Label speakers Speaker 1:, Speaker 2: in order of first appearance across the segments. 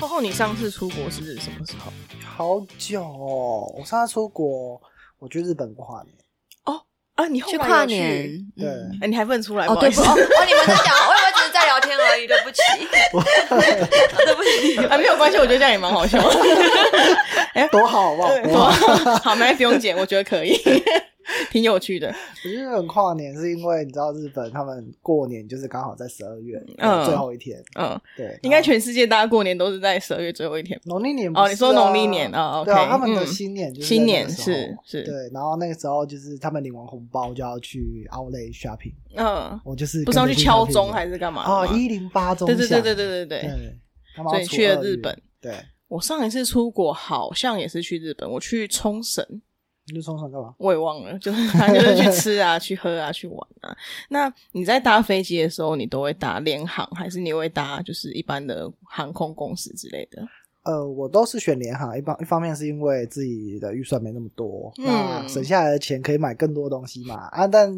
Speaker 1: 诺，哦你上次出国是什么时候？
Speaker 2: 好久哦，我上次出国，我去日本跨 年，
Speaker 1: 啊，你后来有
Speaker 3: 跨年，
Speaker 2: 对，
Speaker 3: 嗯
Speaker 1: 哎，你还不能出来，
Speaker 3: 哦，
Speaker 1: 不好
Speaker 3: 对
Speaker 1: 意
Speaker 3: 不？
Speaker 1: 思
Speaker 3: 哦，，哦你们在聊，我以为只是在聊天而已，对不起， 对不起。
Speaker 1: 啊，没有关系，我觉得这样也蛮好笑。
Speaker 2: 多好，好
Speaker 3: 哦
Speaker 2: 不好？
Speaker 1: 对
Speaker 2: 多好。
Speaker 1: 哦 好，没关系，不用剪，我觉得可以， 挺有趣的。
Speaker 2: 我去日本跨年是因为你知道日本他们过年就是刚好在十二月、
Speaker 1: 嗯
Speaker 2: 呃最后一天，
Speaker 1: 嗯，
Speaker 2: 对，
Speaker 1: 应该全世界大家过年都是在十二月最后一天。
Speaker 2: 农历年不
Speaker 1: 哦，你
Speaker 2: 是啊
Speaker 1: 说农历年哦，
Speaker 2: 对啊，
Speaker 1: OK，
Speaker 2: 他们的
Speaker 1: 嗯
Speaker 2: 新年就是在
Speaker 1: 新
Speaker 2: 那个
Speaker 1: 年
Speaker 2: 时候
Speaker 1: 是是
Speaker 2: 对，然后那个时候就是他们领完红包就要去 Outlet shopping，
Speaker 1: 嗯，
Speaker 2: 我就是
Speaker 1: 不是要去敲钟
Speaker 2: 是
Speaker 1: 还是干嘛的
Speaker 2: 哦
Speaker 1: 吗？
Speaker 2: 一零八钟
Speaker 1: 对
Speaker 2: 响，
Speaker 1: 对对对对
Speaker 2: 对
Speaker 1: 对对。
Speaker 2: 他们
Speaker 1: 所
Speaker 2: 要
Speaker 1: 以
Speaker 2: 除
Speaker 1: 去了
Speaker 2: 二
Speaker 1: 日
Speaker 2: 月
Speaker 1: 本，
Speaker 2: 对，
Speaker 1: 我上一次出国好像也是去日本，我去冲绳，
Speaker 2: 你去冲绳干嘛？
Speaker 1: 我也忘了， 就是反正就是去吃啊、去喝啊、去玩啊。那你在搭飞机的时候，你都会搭联航，还是你会搭就是一般的航空公司之类的？
Speaker 2: 呃，我都是选联航，一方一方面是因为自己的预算没那么多，
Speaker 1: 嗯
Speaker 2: 那省下来的钱可以买更多东西嘛啊！但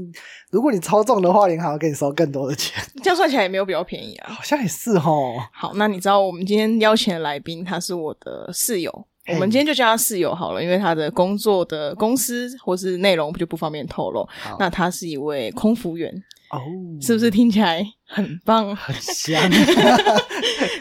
Speaker 2: 如果你超重的话，联航要给你收更多的钱，
Speaker 1: 这样算起来也没有比较便宜啊。
Speaker 2: 好像也是哦。
Speaker 1: 好，那你知道我们今天邀请的来宾，他是我的室友。
Speaker 2: 嘿
Speaker 1: 我们今天就叫他室友好了，因为他的工作的公司或是内容就不方便透露。
Speaker 2: 好
Speaker 1: 那他是一位空服员，
Speaker 2: 哦，
Speaker 1: 是不是听起来很棒？
Speaker 2: 很香？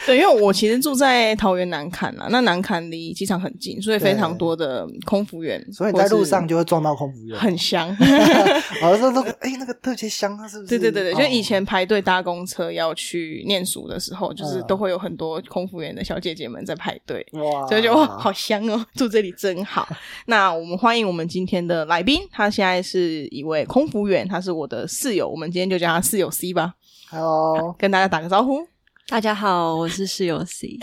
Speaker 1: 对，因为我其实住在桃园南坎啊，那南坎离机场很近，所以非常
Speaker 2: 对
Speaker 1: 多的空服员，
Speaker 2: 所以你在路上
Speaker 1: 就
Speaker 2: 就会撞到空服员，
Speaker 1: 很 香。
Speaker 2: 好像那个哎，那个特别香，那是不是？
Speaker 1: 对对对对，就
Speaker 2: 哦
Speaker 1: 以前排队搭公车要去念书的时候，
Speaker 2: 嗯
Speaker 1: 就是都会有很多空服员的小姐姐们在排队，
Speaker 2: 哇，
Speaker 1: 所以就哇，好香哦，住这里真 好。那我们欢迎我们今天的来宾，他现在是一位空服员，他是我的室友，我们今天就叫他室友 C 吧，
Speaker 2: Hello，
Speaker 1: 跟大家打个招呼。
Speaker 3: 大家好，我是室友 C。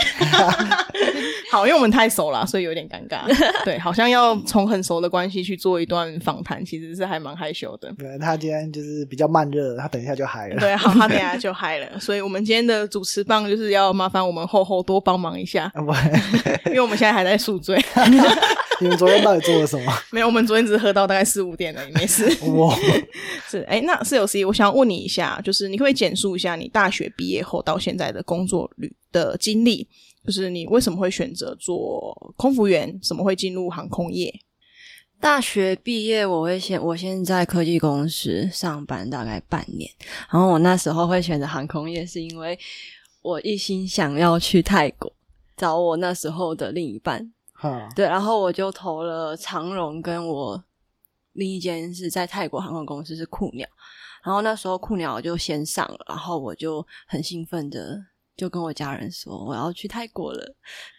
Speaker 1: 好，因为我们太熟了，所以有点尴 尬。对，好像要从很熟的关系去做一段访谈，其实是还蛮害羞的。
Speaker 2: 可能他今天就是比较慢热，他等一下就嗨了。
Speaker 1: 对，好，他等一下就嗨了，所以我们今天的主持棒就是要麻烦我们厚厚多帮忙一 下，
Speaker 2: 啊，我
Speaker 1: 因为我们现在还在宿醉，
Speaker 2: 你们昨天到底做了什么？
Speaker 1: 没有，我们昨天只是喝到大概四五点而已，没 事。
Speaker 2: 哇，
Speaker 1: 是，哎，那室友 C，我想问你一下，就是你可不可以简述一下你大学毕业后到现在的工作履的经历？就是你为什么会选择做空服员？怎么会进入航空业？
Speaker 3: 大学毕业，我会先我现在科技公司上班大概半年，然后我那时候会选择航空业，是因为我一心想要去泰国找我那时候的另一半，
Speaker 2: 哈，
Speaker 3: 对，然后我就投了长荣，跟我另一间是在泰国航空公司是酷鸟，然后那时候酷鸟我就先上了，然后我就很兴奋的就跟我家人说我要去泰国了，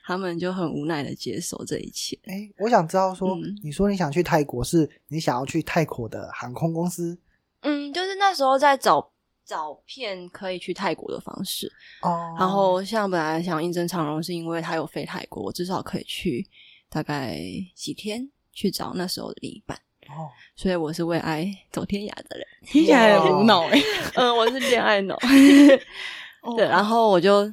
Speaker 3: 他们就很无奈的接受这一切。
Speaker 2: 哎，我想知道说
Speaker 3: 嗯，
Speaker 2: 你说你想去泰国，是你想要去泰国的航空公司
Speaker 3: 嗯，就是那时候在找找片可以去泰国的方式，
Speaker 2: 哦
Speaker 3: 然后像本来想应征长荣，是因为他有飞泰国，我至少可以去大概几天去找那时候的另一半，
Speaker 2: 哦，
Speaker 3: 所以我是为爱走天涯的人。
Speaker 1: 听起来很无脑哎、
Speaker 3: 嗯，我是恋爱脑。
Speaker 1: 哦
Speaker 3: 对，然后我就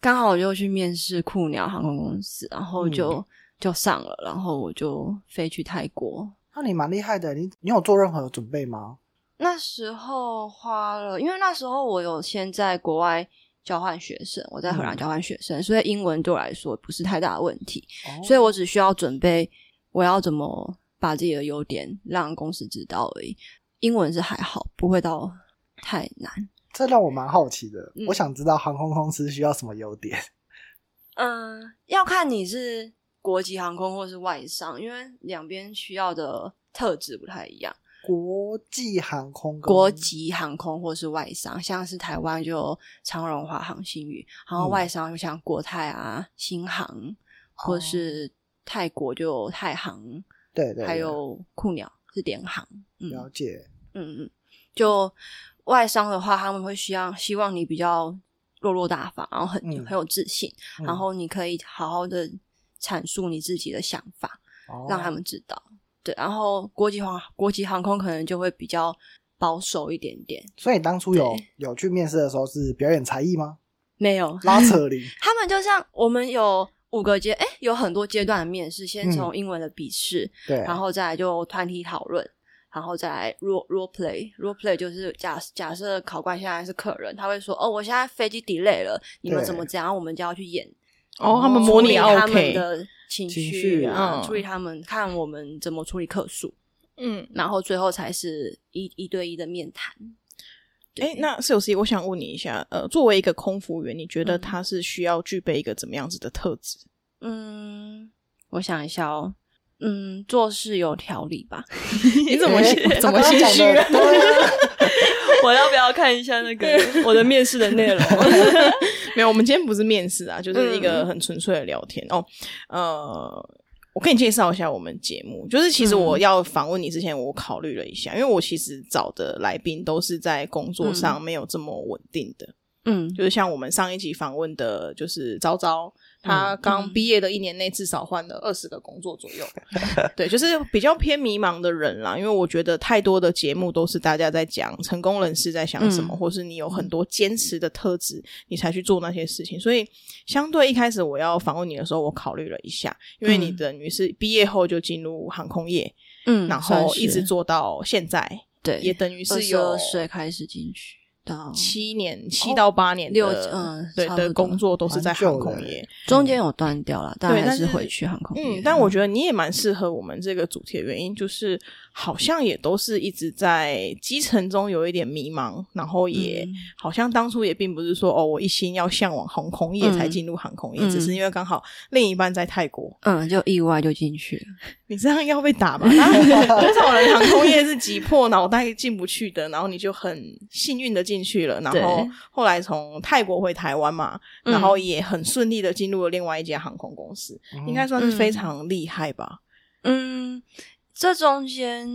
Speaker 3: 刚好我就去面试酷鸟航空公司，然
Speaker 2: 嗯
Speaker 3: 后就、就上了，然后我就飞去泰国。
Speaker 2: 那你蛮厉害的，你你有做任何准备吗？
Speaker 3: 那时候花了，因为那时候我有先在国外交换学生，我在荷
Speaker 2: 嗯
Speaker 3: 兰交换学生，所以英文对我来说不是太大的问题，
Speaker 2: 哦
Speaker 3: 所以我只需要准备我要怎么把自己的优点让公司知道而已。英文是还好，不会到太难。
Speaker 2: 这让我蛮好奇的，
Speaker 3: 嗯
Speaker 2: 我想知道航空公司需要什么优点。
Speaker 3: 嗯，要看你是国际航空或是外商，因为两边需要的特质不太一样。
Speaker 2: 国际航空公
Speaker 3: 国籍航空或是外商，像是台湾就有长荣、华航、新宇，然后
Speaker 2: 嗯
Speaker 3: 外商就像国泰啊、新航，或是泰国就有泰航，
Speaker 2: 对哦对，
Speaker 3: 还
Speaker 2: 对
Speaker 3: 有酷鸟是联航。嗯
Speaker 2: 了解
Speaker 3: 嗯嗯，就外商的话，他们会需要希望你比较落落大方，然后很、
Speaker 2: 嗯
Speaker 3: 很有自信，
Speaker 2: 嗯
Speaker 3: 然后你可以好好的阐述你自己的想法，让他
Speaker 2: 们
Speaker 3: 们知道。对，然后国际航国际航空可能就会比较保守一点点，
Speaker 2: 所以你当初有
Speaker 3: 对
Speaker 2: 有去面试的时候是表演才艺吗？
Speaker 3: 没有，
Speaker 2: 拉扯 铃
Speaker 3: 他们就像我们有五个阶，哎，有很多阶段的面试，先从英文的笔试，
Speaker 2: 嗯对，
Speaker 3: 然后再来就团体讨论。然后再来 role role play role play 就是假假设考官现在是客人，他会说哦，我现在飞机 delay 了，你们
Speaker 2: 对
Speaker 3: 怎么怎样，我们就要去演
Speaker 1: 哦，他们
Speaker 3: 处
Speaker 1: 模
Speaker 3: 理
Speaker 1: 拟
Speaker 3: 他们
Speaker 1: OK，
Speaker 3: 的情
Speaker 2: 情
Speaker 3: 绪啊，
Speaker 1: 绪嗯
Speaker 3: 处理他们看我们怎么处理客诉，
Speaker 1: 嗯，
Speaker 3: 然后最后才是一一对一的面谈。对
Speaker 1: 哎，那室友 C，我想问你一下，呃，作为一个空服员，你觉得
Speaker 3: 嗯
Speaker 1: 他是需要具备一个怎么样子的特 质？
Speaker 3: 嗯，我想一下哦，嗯，做事有条理 吧。
Speaker 1: 你怎么
Speaker 2: 诶
Speaker 1: 心怎
Speaker 2: 他
Speaker 1: 么
Speaker 2: 刚刚
Speaker 1: 心
Speaker 2: 讲
Speaker 1: 虚
Speaker 2: 的
Speaker 1: 啊？
Speaker 2: 对 啊
Speaker 3: 我要不要看一下那 个我的面试的内容？
Speaker 1: 没有，我们今天不是面试啊，就是一个
Speaker 3: 嗯
Speaker 1: 很纯粹的聊天哦。呃，我跟你介绍一下我们节目，就是其实
Speaker 3: 嗯
Speaker 1: 我要访问你之前，我考虑了一下，因为我其实找的来宾都是在工作上没有这么稳定的，
Speaker 3: 嗯，
Speaker 1: 就是像我们上一集访问的，就是昭昭。
Speaker 3: 嗯
Speaker 1: 他刚毕业的一年内，至少换了二十个工作左右。 对，就是比较偏迷茫的人啦。因为我觉得太多的节目都是大家在讲成功人士在想什么，
Speaker 3: 嗯
Speaker 1: 或是你有很多坚持的特质，你才去做那些事情。所以，相对一开始我要访问你的时候，我考虑了一下，因为你
Speaker 3: 嗯
Speaker 1: 等于是毕业后就进入航空业，
Speaker 3: 嗯，
Speaker 1: 然
Speaker 3: 算
Speaker 1: 后一直
Speaker 3: 是
Speaker 1: 做到现在，
Speaker 3: 对，
Speaker 1: 也等于
Speaker 3: 二
Speaker 1: 是
Speaker 3: 十
Speaker 1: 有
Speaker 3: 二岁开始进去到
Speaker 1: 七年、七到八年的
Speaker 3: 嗯哦六嗯
Speaker 1: 对
Speaker 3: 差不
Speaker 1: 的
Speaker 3: 多
Speaker 1: 工作都是在
Speaker 2: 蛮久
Speaker 1: 航空
Speaker 2: 的
Speaker 1: 业。
Speaker 3: 中间有断掉了，但
Speaker 1: 对
Speaker 3: 还
Speaker 1: 但
Speaker 3: 是
Speaker 1: 是
Speaker 3: 回去航空业。
Speaker 1: 嗯，但我觉得你也蛮适合我们这个主题的原因，就是好像也都是一直在基层中有一点迷茫，然后也、
Speaker 3: 嗯
Speaker 1: 好像当初也并不是说哦，我一心要向往航空业
Speaker 3: 嗯
Speaker 1: 才进入航空业，
Speaker 3: 嗯
Speaker 1: 只是因为刚好另一半在泰国。
Speaker 3: 嗯，就意外就进去了。
Speaker 1: 你这样要被打吧？当 然多少人航空业是挤破脑袋进不去的，然后你就很幸运的进去了，然后
Speaker 3: 对
Speaker 1: 后来从泰国回台湾嘛，
Speaker 3: 嗯
Speaker 1: 然后也很顺利的进入了另外一家航空公司，
Speaker 2: 嗯
Speaker 1: 应该算是非常厉害吧。
Speaker 3: 嗯，这中间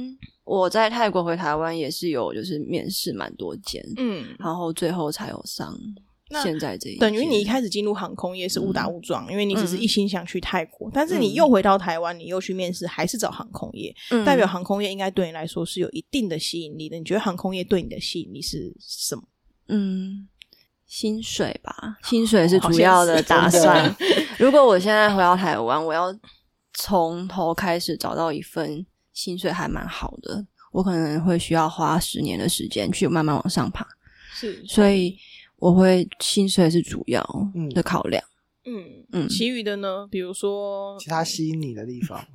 Speaker 3: 我在泰国回台湾也是有，就是面试蛮多间，
Speaker 1: 嗯，
Speaker 3: 然后最后才有上
Speaker 1: 那
Speaker 3: 现在这一间。
Speaker 1: 等于你一开始进入航空业是误打误撞，因为你只是一心想去泰国，但是你
Speaker 3: 嗯
Speaker 1: 又回到台湾，你又去面试，还是找航空业，
Speaker 3: 嗯
Speaker 1: 代表航空业应该对你来说是有一定的吸引力的。你觉得航空业对你的吸引力是什么？
Speaker 3: 嗯。薪水
Speaker 1: 哦
Speaker 3: 吧，薪水是主要的打
Speaker 2: 好现 实
Speaker 3: 算。如果我现在回到台湾，我要从头开始找到一份薪水还蛮好的，我可能会需要花十年的时间去慢慢往上爬。
Speaker 1: 是
Speaker 3: 所以我会薪水是主要的考量。
Speaker 1: 嗯
Speaker 3: 嗯
Speaker 1: 其余的呢？比如说，
Speaker 2: 其他吸引你的地 方，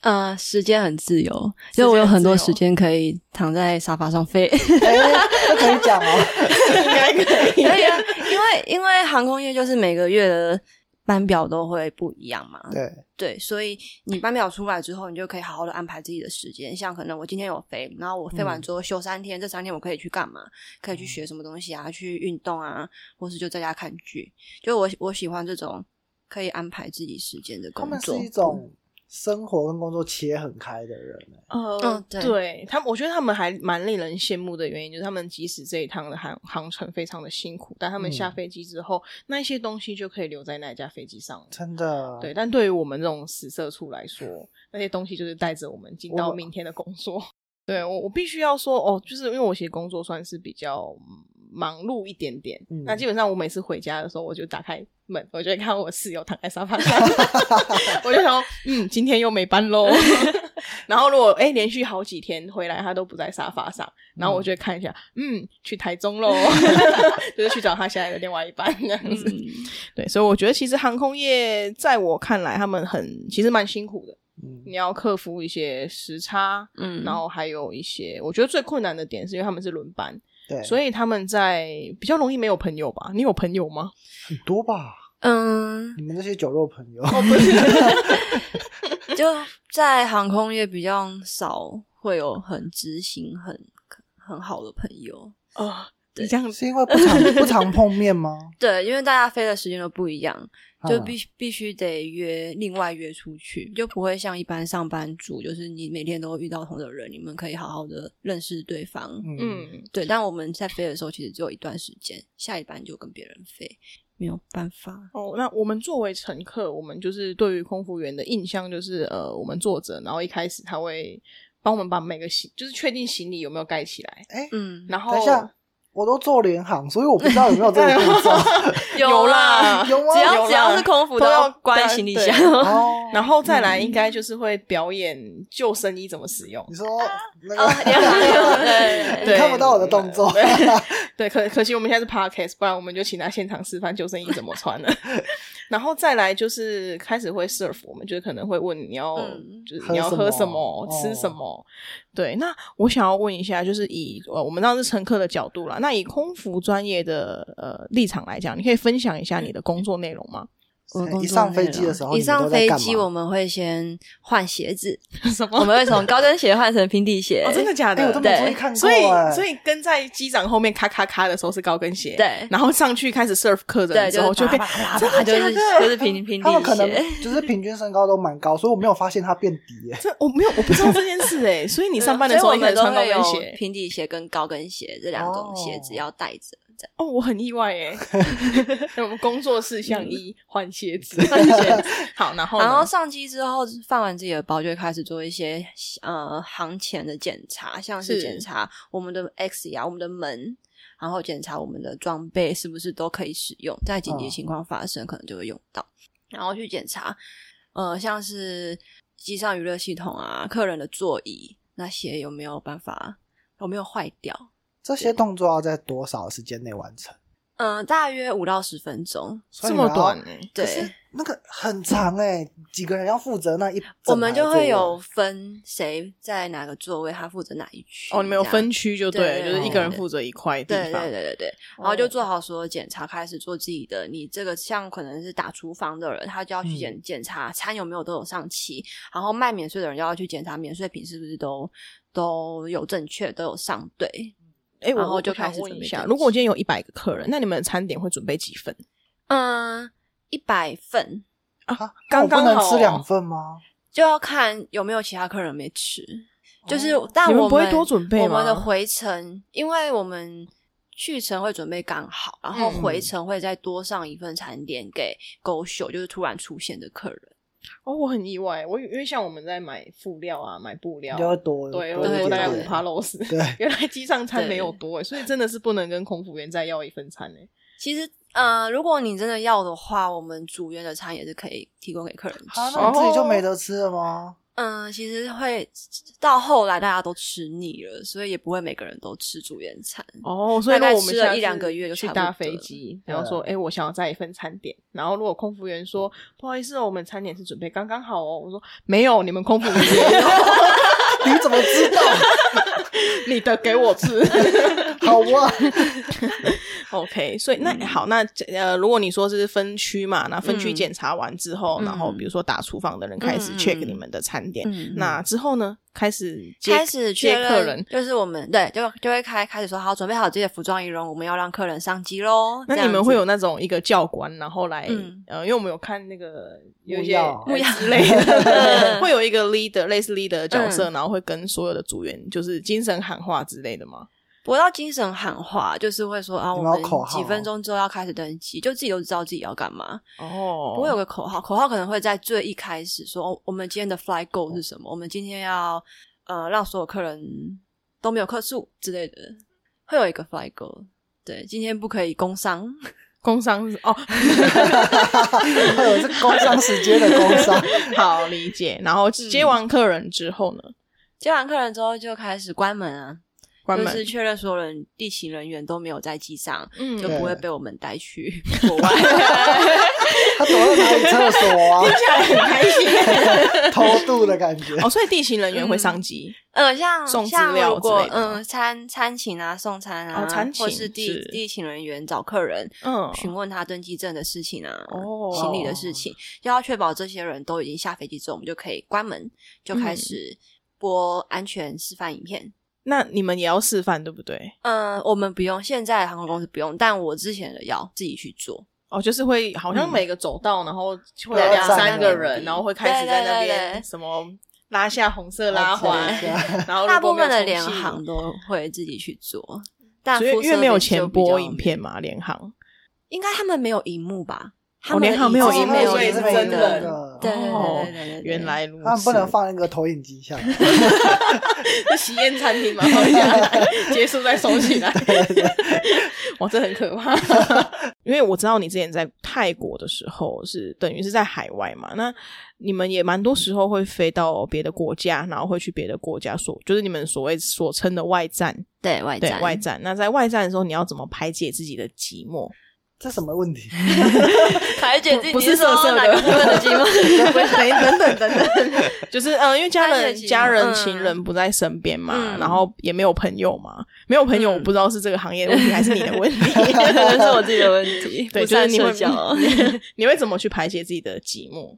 Speaker 3: 呃，时间很自由，
Speaker 1: 间很自由
Speaker 3: 就我有很多时间可以躺在沙发上飞。
Speaker 2: 哎，这可以讲哦。
Speaker 1: 应该 可以
Speaker 3: 对啊，因为因为航空业就是每个月的班表都会不一样嘛。
Speaker 2: 对，
Speaker 3: 对，所以你班表出来之后，你就可以好好的安排自己的时间。像可能我今天有飞，然后我飞完之后休三天，这三天我可以去干嘛？可以去学什么东西啊？去运动啊，或是就在家看剧。就我我喜欢这种可以安排自己时间的
Speaker 2: 他
Speaker 3: 工
Speaker 2: 们是
Speaker 3: 作。
Speaker 2: 一种生活跟工作切很开的人、欸。
Speaker 1: 呃，
Speaker 3: 嗯对
Speaker 1: 他们，我觉得他们还蛮令人羡慕的原因，就是他们即使这一趟的航航程非常的辛苦，但他们
Speaker 2: 嗯
Speaker 1: 下飞机之后，那一些东西就可以留在那架飞机上了。
Speaker 2: 真的，
Speaker 1: 对，，但对于我们这种死社畜来说，那些东西就是带着我们进到
Speaker 2: 我
Speaker 1: 明天的工作。 对我，我必须要说哦，就是因为我其实工作算是比较嗯忙碌一点点。
Speaker 2: 嗯
Speaker 1: 那基本上我每次回家的时候，我就打开门，我就会看到我室友躺在沙发 上，我就想说，嗯，今天又没班 喽。然后如果哎、连续好几天回来他都不在沙发上，然后我就会看一下，嗯，去台中喽， 就是去找他现在的另外一半这
Speaker 3: 嗯
Speaker 1: 样子。对，所以我觉得其实航空业在我看来，他们很其实蛮辛苦的，
Speaker 2: 嗯
Speaker 1: 你要克服一些时差，
Speaker 3: 嗯
Speaker 1: 然后还有一些我觉得最困难的点是因为他们是轮班，
Speaker 2: 对，
Speaker 1: 所
Speaker 2: 以
Speaker 1: 以他们在比较容易没有朋友吧？你有朋友吗？
Speaker 2: 很多吧，
Speaker 3: 嗯，
Speaker 2: 你们这些酒肉朋友，
Speaker 3: 就在航空业比较少会有很知心、很很好的朋友。
Speaker 1: 啊、你这样
Speaker 2: 是因为不常不常碰面吗？
Speaker 3: 对，因为大家飞的时间都不一样，就
Speaker 2: 啊
Speaker 3: 必必须得约另外约出去，就不会像一般上班族，就是你每天都会遇到同的人，你们可以好好的认识对方。
Speaker 2: 嗯，
Speaker 1: 嗯，
Speaker 3: 对，但我们在飞的时候其实只有一段时间，下一班就跟别人飞，没有办法。
Speaker 1: 哦，那我们作为乘客，我们就是对于空服员的印象就是，呃，我们坐着，然后一开始他会帮我们把每个行，就是确定行李有没有盖起来，
Speaker 2: 哎、
Speaker 3: 嗯，
Speaker 1: 然后
Speaker 2: 等一下，我都做联航，所以我不知道有没有这个步骤。
Speaker 1: 有啦
Speaker 3: 啦，
Speaker 2: 有吗
Speaker 3: 只
Speaker 1: 有
Speaker 3: 要
Speaker 1: 啦
Speaker 3: 只要是空服
Speaker 1: 都要
Speaker 3: 要关行 李箱。
Speaker 1: 对
Speaker 2: 哦，
Speaker 1: 然后再来应该就是会表演救生衣怎么使用
Speaker 2: 你。说那
Speaker 3: 哦，
Speaker 2: 个
Speaker 3: 两个
Speaker 1: 对
Speaker 2: 你看不到我的动作，
Speaker 1: 对对，可可惜我们现在是 podcast，不然我们就请他现场示范救生衣怎么穿了。然后再来就是开始会 serve 我们，就是可能会问你要、
Speaker 3: 嗯
Speaker 1: 就是你要喝什么、哦
Speaker 2: 喝什么
Speaker 1: 吃什么。对，那我想要问一下，就是以呃我们当时乘客的角度啦，那以空服专业的呃立场来讲，你可以分享一下你的工作内容吗？
Speaker 3: 我的工
Speaker 2: 一
Speaker 3: 作
Speaker 2: 上
Speaker 3: 内
Speaker 2: 飞机的
Speaker 3: 容
Speaker 2: 时候，
Speaker 3: 一
Speaker 2: 你们
Speaker 3: 上
Speaker 2: 都在
Speaker 3: 飞
Speaker 2: 干
Speaker 3: 机
Speaker 2: 嘛
Speaker 3: 我们会先换 鞋子，
Speaker 1: 什么
Speaker 3: 我们会从高跟鞋换成平底鞋
Speaker 1: 哦哦，，真的假的？
Speaker 2: 哎，我都没有注意
Speaker 3: 呃对
Speaker 2: 看过，
Speaker 1: 所以
Speaker 2: 哎
Speaker 1: 所以跟在机长后面咔咔咔的时候是高跟鞋，
Speaker 3: 对
Speaker 1: 然后上去开始 serve 客人
Speaker 3: 对，
Speaker 1: 之后就
Speaker 3: 就
Speaker 1: 是变
Speaker 3: 啪啪啪啪
Speaker 1: 真的
Speaker 3: 啪就
Speaker 1: 假
Speaker 3: 是
Speaker 1: 的？
Speaker 3: 就是平平
Speaker 2: 他们可
Speaker 3: 底
Speaker 2: 能
Speaker 3: 鞋，
Speaker 2: 就是平均身高都蛮高，所以我没有发现他变低、欸。
Speaker 1: 这我没有我不知道这件事 哎，所以你
Speaker 3: 对
Speaker 1: 上班的时候
Speaker 3: 所
Speaker 1: 也
Speaker 3: 以我
Speaker 1: 可以
Speaker 3: 们都
Speaker 1: 穿高
Speaker 3: 会
Speaker 1: 跟
Speaker 3: 有
Speaker 1: 鞋
Speaker 3: 平底鞋跟高跟鞋这两种鞋子
Speaker 2: 哦
Speaker 3: 要带着。这样
Speaker 1: 哦，我很意外 哎。那我们工作事项一换鞋子，
Speaker 3: 嗯 换鞋子
Speaker 1: 好，然后
Speaker 3: 然
Speaker 1: 呢
Speaker 3: 后上机之后放完自己的包，就会开始做一些呃航前的检查，像是
Speaker 1: 是
Speaker 3: 检查我们的 X 牙、我们的门，然后检查我们的装备是不是都可以使用，在紧
Speaker 1: 哦
Speaker 3: 急
Speaker 2: 嗯
Speaker 3: 情况发生可能就会用到，然后去检查呃像是机上娱乐系统啊、客人的座椅那些有没有办法有没有坏掉，
Speaker 2: 这些动作要在多少时间内完成？
Speaker 3: 嗯、大约五到十分钟，
Speaker 2: 所以
Speaker 1: 这
Speaker 2: 你
Speaker 1: 么
Speaker 2: 们要
Speaker 1: 短，哎，
Speaker 3: 对。
Speaker 2: 可是那个很长哎、几个人要负责那一整排的座
Speaker 3: 我
Speaker 2: 位，
Speaker 3: 们就会
Speaker 1: 啊
Speaker 3: 有分谁在哪个座位，他负责哪一区。
Speaker 1: 哦，你们有
Speaker 3: 这样
Speaker 1: 分区就对了，
Speaker 3: 对
Speaker 1: 就是一个人
Speaker 3: 对
Speaker 1: 负责一块地
Speaker 3: 对对
Speaker 1: 方，哦
Speaker 3: 对对对，然后就做好所有检查，开始做自己的。你这个像可能是打厨房的人，他就要
Speaker 1: 嗯
Speaker 3: 去检检查餐有没有都有上齐，然后卖免税的人就要去检查免税品是不是都都有正确都有上对。
Speaker 1: 哎，我
Speaker 3: 然后
Speaker 1: 我
Speaker 3: 就
Speaker 1: 我想
Speaker 3: 开始
Speaker 1: 问
Speaker 3: 准
Speaker 1: 一
Speaker 3: 备
Speaker 1: 下，
Speaker 3: 东
Speaker 1: 如果我
Speaker 3: 西
Speaker 1: 今天有一百个客人，那你们的餐点会准备几份？
Speaker 3: 嗯，一百份
Speaker 2: 啊，
Speaker 3: 哦
Speaker 1: 刚刚
Speaker 2: 那我不能
Speaker 1: 好
Speaker 2: 吃两份吗？
Speaker 3: 就要看有没有其他客人没吃。就是，
Speaker 2: 哦
Speaker 3: 但
Speaker 1: 你们
Speaker 3: 我
Speaker 1: 不会多准备
Speaker 3: 我们的
Speaker 1: 吗
Speaker 3: 回程，因为我们去程会准备刚好，然后
Speaker 1: 嗯
Speaker 3: 回程会再多上一份餐点给狗秀，就是突然出现的客人。
Speaker 1: 哦，我很意外，我以因为像我们在买辅料啊，买布料
Speaker 2: 比，较多，
Speaker 1: 对，
Speaker 2: 多
Speaker 1: 我
Speaker 2: 一
Speaker 1: 多
Speaker 2: 点
Speaker 1: 大概
Speaker 2: 对
Speaker 1: 五趴 loss。
Speaker 2: 对
Speaker 1: 原来机上餐没有
Speaker 3: 对
Speaker 1: 多欸，所以真的是不能跟空服员再要一份餐哎。
Speaker 3: 其实，呃，如果你真的要的话，我们组员的餐也是可以提供给客人吃。
Speaker 1: 哦
Speaker 2: 啊，那你自己就没得吃了吗？
Speaker 3: 嗯、其实会到后来大家都吃腻了，所以也不会每个人都吃组员餐。
Speaker 1: 哦，
Speaker 3: 所以
Speaker 1: 大概
Speaker 3: 如果我们
Speaker 1: 吃
Speaker 3: 下
Speaker 1: 了
Speaker 3: 次
Speaker 1: 一两个月就差
Speaker 3: 去
Speaker 1: 不多
Speaker 3: 搭
Speaker 1: 了
Speaker 3: 飞机，啊
Speaker 1: 然后说，哎、我想要再一份餐点。然后如果空服员说，不好意思、哦，我们餐点是准备刚刚好哦。我说没有，你们空服员也有
Speaker 2: 你怎么知道？
Speaker 1: 你的给我吃。
Speaker 2: 好哇，
Speaker 1: OK，所以那、好，那呃，如果你说是分区嘛，那分区
Speaker 3: 嗯
Speaker 1: 检查完之后，然后比如说打厨房的人开始
Speaker 3: 嗯嗯
Speaker 1: check
Speaker 3: 嗯
Speaker 1: 你们的餐点，
Speaker 3: 嗯
Speaker 1: 那之后呢，开始接
Speaker 3: 开始确
Speaker 1: 接
Speaker 3: 认
Speaker 1: 客人。
Speaker 3: 就是我们对，就就会开开始说好，准备好自己的服装仪容，我们要让客人上机喽。
Speaker 1: 那
Speaker 3: 这
Speaker 1: 你
Speaker 3: 样
Speaker 1: 们会
Speaker 3: 子
Speaker 1: 有那种一个教官，然后来、
Speaker 3: 嗯
Speaker 1: 呃，因为我们有看那个有一
Speaker 2: 木
Speaker 1: 些
Speaker 2: 曜
Speaker 1: 呃
Speaker 3: 木曜
Speaker 1: 之类的，
Speaker 3: 嗯
Speaker 1: 会有一个 leader 类似 leader 的角色，然后会跟所有的组员就是精神喊话之类的吗？
Speaker 3: 不到精神喊话，就是会说啊，
Speaker 2: 你
Speaker 3: 我
Speaker 2: 们有
Speaker 3: 们
Speaker 2: 口号
Speaker 3: 几分钟之后要开始登机，就自己都知道自己要干嘛。
Speaker 1: 哦
Speaker 3: 不会有个口号，口号可能会在最一开始说，哦我们今天的 fly
Speaker 1: 哦
Speaker 3: goal 是什么？我们今天要呃让所有客人都没有客诉之类的，会有一个 fly goal。对，今天不可以工伤，
Speaker 1: 工伤哦，
Speaker 2: 我是工伤时间的工伤。
Speaker 1: 好理解。然
Speaker 3: 嗯
Speaker 1: 后接完客人之后呢，
Speaker 3: 接完客人之后就开始关门啊，
Speaker 1: 关
Speaker 3: 就是
Speaker 1: 门，
Speaker 3: 确认所有人地勤人员都没有在机上，
Speaker 1: 嗯
Speaker 3: 就
Speaker 1: 听
Speaker 3: 不会
Speaker 2: 对
Speaker 3: 被我们带去 国 外。
Speaker 2: 他躲到哪里厕所啊？
Speaker 1: 起来很开心。
Speaker 2: 偷渡的感觉。
Speaker 1: 哦，所以地勤人员会上机，
Speaker 3: 嗯，像
Speaker 1: 送资
Speaker 3: 像
Speaker 1: 料
Speaker 3: 如果
Speaker 1: 之类的吗
Speaker 3: 嗯餐餐请啊送餐啊，
Speaker 1: 哦餐
Speaker 3: 或
Speaker 1: 请
Speaker 3: 是地
Speaker 1: 是
Speaker 3: 地勤人员找客人，
Speaker 1: 嗯，
Speaker 3: 询问他登机证的事情啊，
Speaker 1: 哦
Speaker 3: 行李的事情，就要确保这些人都已经下飞机之后，我们就可以关门，就
Speaker 1: 嗯
Speaker 3: 开始播安全示范影片。
Speaker 1: 那你们也要示范对不对？
Speaker 3: 嗯，我们不用，现在航空公司不用，但我之前的要自己去做。
Speaker 1: 哦，就是会好像
Speaker 3: 嗯
Speaker 1: 每个走道，然后会有
Speaker 3: 对
Speaker 1: 两
Speaker 3: 两
Speaker 1: 三
Speaker 3: 三
Speaker 1: 个
Speaker 3: 个
Speaker 1: 人，
Speaker 3: 人
Speaker 1: 然后会开始在那
Speaker 3: 对对对
Speaker 1: 边
Speaker 3: 对
Speaker 1: 什么拉下红色拉环
Speaker 2: 对，
Speaker 1: 然后
Speaker 3: 大
Speaker 1: 如果
Speaker 3: 部
Speaker 1: 没有
Speaker 3: 分的
Speaker 1: 充
Speaker 3: 联
Speaker 1: 气嗯
Speaker 3: 航，都会自己去做，但
Speaker 1: 所以
Speaker 3: 辐
Speaker 1: 因为
Speaker 3: 射
Speaker 1: 没有
Speaker 3: 比就
Speaker 1: 钱
Speaker 3: 比较
Speaker 1: 播
Speaker 3: 没
Speaker 1: 影，片嘛，联航
Speaker 3: 应该他们没有荧幕吧？他
Speaker 1: 哦
Speaker 3: 们的
Speaker 1: 联航没
Speaker 3: 椅
Speaker 1: 有
Speaker 3: 子
Speaker 1: 荧幕
Speaker 3: 没
Speaker 1: 所以
Speaker 3: 荧
Speaker 1: 是
Speaker 3: 幕
Speaker 1: 真
Speaker 3: 的
Speaker 2: 人
Speaker 3: 对对对
Speaker 1: 哦
Speaker 3: 对对对对
Speaker 1: 原来如此，
Speaker 2: 他们不能放一个投影机下来，
Speaker 1: 就喜宴餐厅嘛，放下来，结束再收起来。 哇，这很可怕。 因为我知道你之前在泰国的时候是等于是在海外嘛，那你们也蛮多时候会飞到别的国家，然后会去别的国家所，就是你们所谓所称的外站
Speaker 3: 对外
Speaker 1: 对
Speaker 3: 展
Speaker 1: 外站。那在外站的时候，你要怎么排解自己的寂寞？
Speaker 2: 这什么问题？
Speaker 3: 排解自己
Speaker 1: 不是
Speaker 3: 你说
Speaker 1: 色色的
Speaker 3: 哪个部分的寂寞？
Speaker 1: 等等等等， 就是嗯、呃因为家
Speaker 3: 安
Speaker 1: 人、
Speaker 3: 全寂寞
Speaker 1: 家人、
Speaker 3: 嗯
Speaker 1: 情人不在身边嘛，
Speaker 3: 嗯
Speaker 1: 然后也没有朋友嘛，没有朋友，
Speaker 3: 嗯
Speaker 1: 我不知道是这个行业的问题还是你的问题。
Speaker 3: 可能是我自己的问题，
Speaker 1: 对，就
Speaker 3: 不
Speaker 1: 是
Speaker 3: 善
Speaker 1: 你
Speaker 3: 社
Speaker 1: 会
Speaker 3: 交，
Speaker 1: 你会怎么去排解自己的寂寞？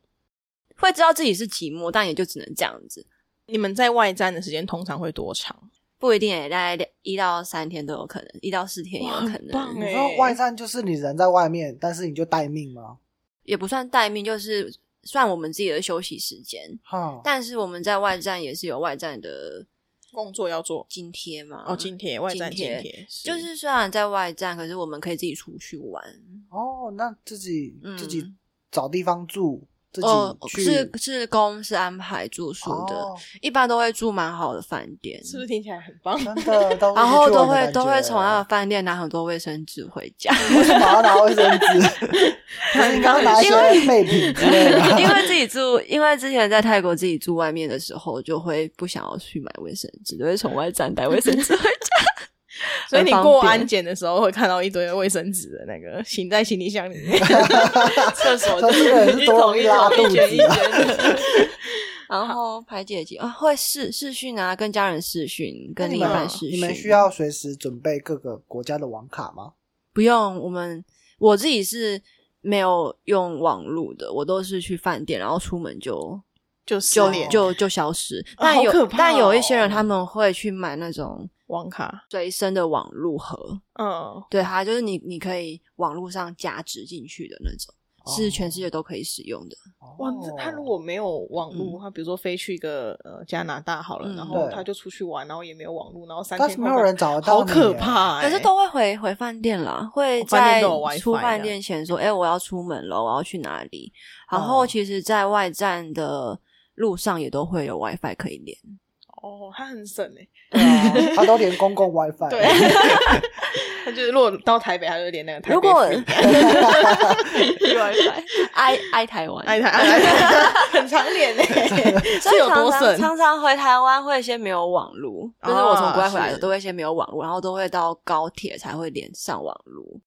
Speaker 3: 会知道自己是寂寞，但也就只能这样子，
Speaker 1: 你们在外站的时间通常会多长？
Speaker 3: 不一定欸也大概两一到三天都有可能，一到四天也有
Speaker 1: 哇
Speaker 3: 可
Speaker 1: 很棒
Speaker 3: 能，
Speaker 1: 欸
Speaker 2: 你说外站就是你人在外面，但是你就待命吗？
Speaker 3: 也不算待命，就是算我们自己的休息时间。
Speaker 2: 哈，
Speaker 3: 但是我们在外站也是有外站的
Speaker 1: 工作要做
Speaker 3: 津贴嘛，
Speaker 1: 哦，津贴外站津
Speaker 3: 嗯津贴
Speaker 1: 贴
Speaker 3: 就是虽然在外站，可是我们可以自己出去玩，
Speaker 2: 哦，那自己、
Speaker 3: 嗯
Speaker 2: 自己找地方住，自己
Speaker 3: 哦，
Speaker 2: 去、
Speaker 3: 是是公司安排住宿的，
Speaker 2: 哦
Speaker 3: 一般都会住蛮好的饭店，
Speaker 1: 是不是听起来很棒？
Speaker 2: 真的， 到处
Speaker 3: 然后
Speaker 2: 去
Speaker 3: 都
Speaker 2: 玩的
Speaker 3: 会
Speaker 2: 感
Speaker 3: 都会
Speaker 2: 觉哦
Speaker 3: 从那个饭店拿很多卫生纸回家，
Speaker 2: 为什么要拿卫 生纸？不是应该拿一
Speaker 3: 因为
Speaker 2: 些备品 之类 的吗。
Speaker 3: 因为自己住，因为之前在泰国自己住外面的时候，就会不想要去买卫生纸，就会从外站带卫生纸回家。
Speaker 1: 所以你
Speaker 3: 很方
Speaker 1: 过
Speaker 3: 便
Speaker 1: 安检的时候会看到一堆卫生纸的那个，行在行李箱里面。
Speaker 3: 厕所
Speaker 2: 说这个人是多容易拉肚子啊
Speaker 3: 的。然后排解机啊，会视视讯啊，跟家人视讯，
Speaker 2: 那
Speaker 3: 跟
Speaker 2: 你
Speaker 3: 另一
Speaker 2: 们
Speaker 3: 半视讯。
Speaker 2: 你们需要随时准备各个国家的网卡吗？
Speaker 3: 不用，我们我自己是没有用网络的，我都是去饭店，然后出门就
Speaker 1: 就
Speaker 3: 就
Speaker 1: 失联
Speaker 3: 就就消失。
Speaker 1: 哦啊
Speaker 3: 但
Speaker 1: 好
Speaker 3: 有、
Speaker 1: 可怕
Speaker 3: 但有一些
Speaker 1: 哦
Speaker 3: 人他们会去买那种
Speaker 1: 网卡，
Speaker 3: 随身的网路盒，
Speaker 1: 嗯，
Speaker 3: 对，它就是你你可以网络上加值进去的那种，
Speaker 2: 哦
Speaker 3: 是全世界都可以使用的。
Speaker 1: 哇，那他如果没有网络，他比如说飞去一个呃加拿大好了，
Speaker 3: 嗯
Speaker 1: 然后
Speaker 2: 对
Speaker 1: 他就出去玩，然后也没有网络，然后三
Speaker 2: 但
Speaker 1: 天
Speaker 2: 是
Speaker 1: 后
Speaker 2: 没有人找得
Speaker 1: 就，
Speaker 2: 到
Speaker 1: 好
Speaker 2: 你
Speaker 1: 可
Speaker 2: 耶！
Speaker 1: 怕欸，
Speaker 3: 可是都会回回饭店啦，会
Speaker 1: 哦饭
Speaker 3: 在
Speaker 1: 店都有 WiFi
Speaker 3: 出饭
Speaker 1: 的
Speaker 3: 店前说：“哎、我要出门了，我要去哪里？”然
Speaker 2: 哦
Speaker 3: 后其实，在外站的路上也都会有 WiFi 可以 连。
Speaker 1: 哦，他很省哎，
Speaker 2: 对啊他都连公共 WiFi，
Speaker 1: 对，他就是如果到台北，他就连那个台北
Speaker 3: 如果
Speaker 1: free
Speaker 3: WiFi，爱爱台湾，
Speaker 1: 哎，台 哎台很常连 哎，
Speaker 3: 所
Speaker 1: 是
Speaker 3: 以
Speaker 1: 有
Speaker 3: 常
Speaker 1: 多
Speaker 3: 常
Speaker 1: 省？啊
Speaker 3: 常常回台湾会先没有网路，就是我从国外回来的
Speaker 1: 是
Speaker 3: 都会先没有网路，然后都会到高铁才会连上网路。